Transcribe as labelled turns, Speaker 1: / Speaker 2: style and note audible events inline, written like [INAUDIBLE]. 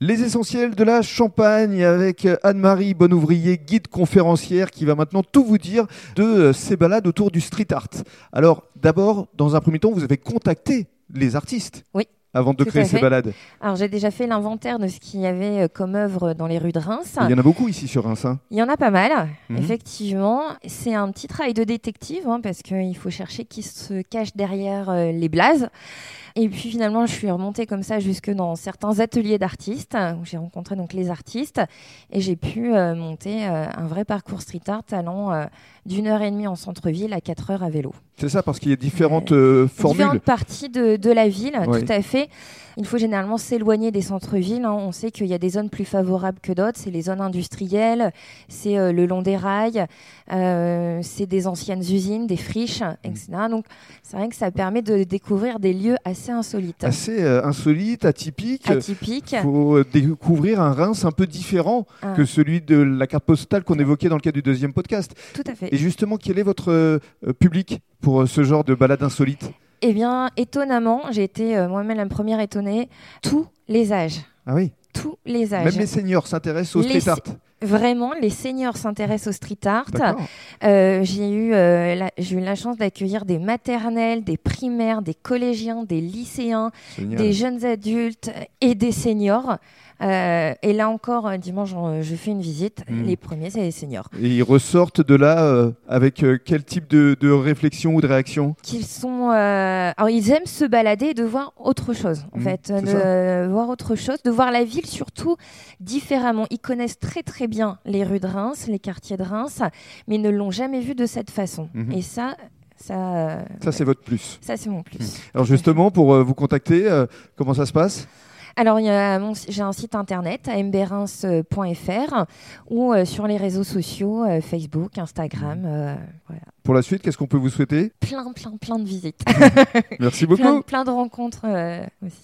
Speaker 1: Les essentiels de la Champagne avec euh, Anne-Marie Bonouvrier, guide conférencière, qui va maintenant tout vous dire de euh, ses balades autour du street art. Alors, d'abord, dans un premier temps, vous avez contacté les artistes.
Speaker 2: Oui.
Speaker 1: Avant de
Speaker 2: Tout à
Speaker 1: créer ces
Speaker 2: fait.
Speaker 1: balades.
Speaker 2: Alors j'ai déjà fait l'inventaire de ce qu'il y avait euh, comme œuvre dans les rues de Reims.
Speaker 1: Il y en a beaucoup ici sur Reims. hein.
Speaker 2: Il y en a pas mal,
Speaker 1: Mhm.
Speaker 2: effectivement. C'est un petit travail de détective hein, parce qu'il faut chercher qui se cache derrière euh, les blazes. Et puis finalement, je suis remontée comme ça jusque dans certains ateliers d'artistes euh, où j'ai rencontré donc les artistes et j'ai pu euh, monter euh, un vrai parcours street art allant euh, d'une heure et demie en centre-ville à quatre heures à vélo.
Speaker 1: C'est ça, parce qu'il y a différentes euh, formules.
Speaker 2: différentes parties de, de la ville,
Speaker 1: Ouais.
Speaker 2: tout à fait. Il faut généralement s'éloigner des centres-villes. hein. On sait qu'il y a des zones plus favorables que d'autres. C'est les zones industrielles, c'est euh, le long des rails, euh, c'est des anciennes usines, des friches,
Speaker 1: Mm.
Speaker 2: etc. Donc, c'est vrai que ça permet de découvrir des lieux assez insolites,
Speaker 1: Assez euh, insolites, atypiques.
Speaker 2: atypiques.
Speaker 1: Il faut euh, découvrir un Reims un peu différent
Speaker 2: Ah,
Speaker 1: que celui de la carte postale qu'on évoquait dans le cadre du deuxième podcast.
Speaker 2: tout à fait.
Speaker 1: Et justement, quel est votre euh, euh, public pour euh, ce genre de balade insolite
Speaker 2: Eh bien, étonnamment, j'ai été euh, moi-même la première étonnée. Tous les âges.
Speaker 1: Ah oui,
Speaker 2: Tous les âges.
Speaker 1: même les seniors s'intéressent au
Speaker 2: Les
Speaker 1: street art.
Speaker 2: Vraiment, les seniors s'intéressent au street art.
Speaker 1: D'accord.
Speaker 2: Euh, j'ai eu, euh, la- j'ai eu la chance d'accueillir des maternelles, des primaires, des collégiens, des lycéens,
Speaker 1: Génial.
Speaker 2: des jeunes adultes et des seniors. Euh, et là encore, euh, dimanche, j'en- je fais une visite.
Speaker 1: Mm.
Speaker 2: Les premiers, c'est les seniors.
Speaker 1: Et ils ressortent de là euh, avec euh, quel type de, de réflexion ou de réaction
Speaker 2: Qu'ils sont, euh, alors ils aiment se balader et de voir autre chose, en
Speaker 1: Mm,
Speaker 2: fait,
Speaker 1: c'est
Speaker 2: de
Speaker 1: ça.
Speaker 2: euh, voir autre chose, de voir la ville surtout différemment. Ils connaissent très très bien les rues de Reims, les quartiers de Reims, mais ils ne l'ont jamais vu de cette façon.
Speaker 1: Mhm.
Speaker 2: Et ça, ça, euh,
Speaker 1: Ça, c'est votre plus.
Speaker 2: ça c'est mon plus.
Speaker 1: Alors justement, pour euh, vous contacter, euh, comment ça se passe
Speaker 2: Alors, il y a mon si- j'ai un site internet, mbrins.fr, ou euh, sur les réseaux sociaux, euh, Facebook, Instagram, euh, voilà.
Speaker 1: Pour la suite, qu'est-ce qu'on peut vous souhaiter
Speaker 2: Plein, plein, plein de visites.
Speaker 1: Merci
Speaker 2: [LAUGHS] plein,
Speaker 1: beaucoup.
Speaker 2: plein de rencontres euh, aussi.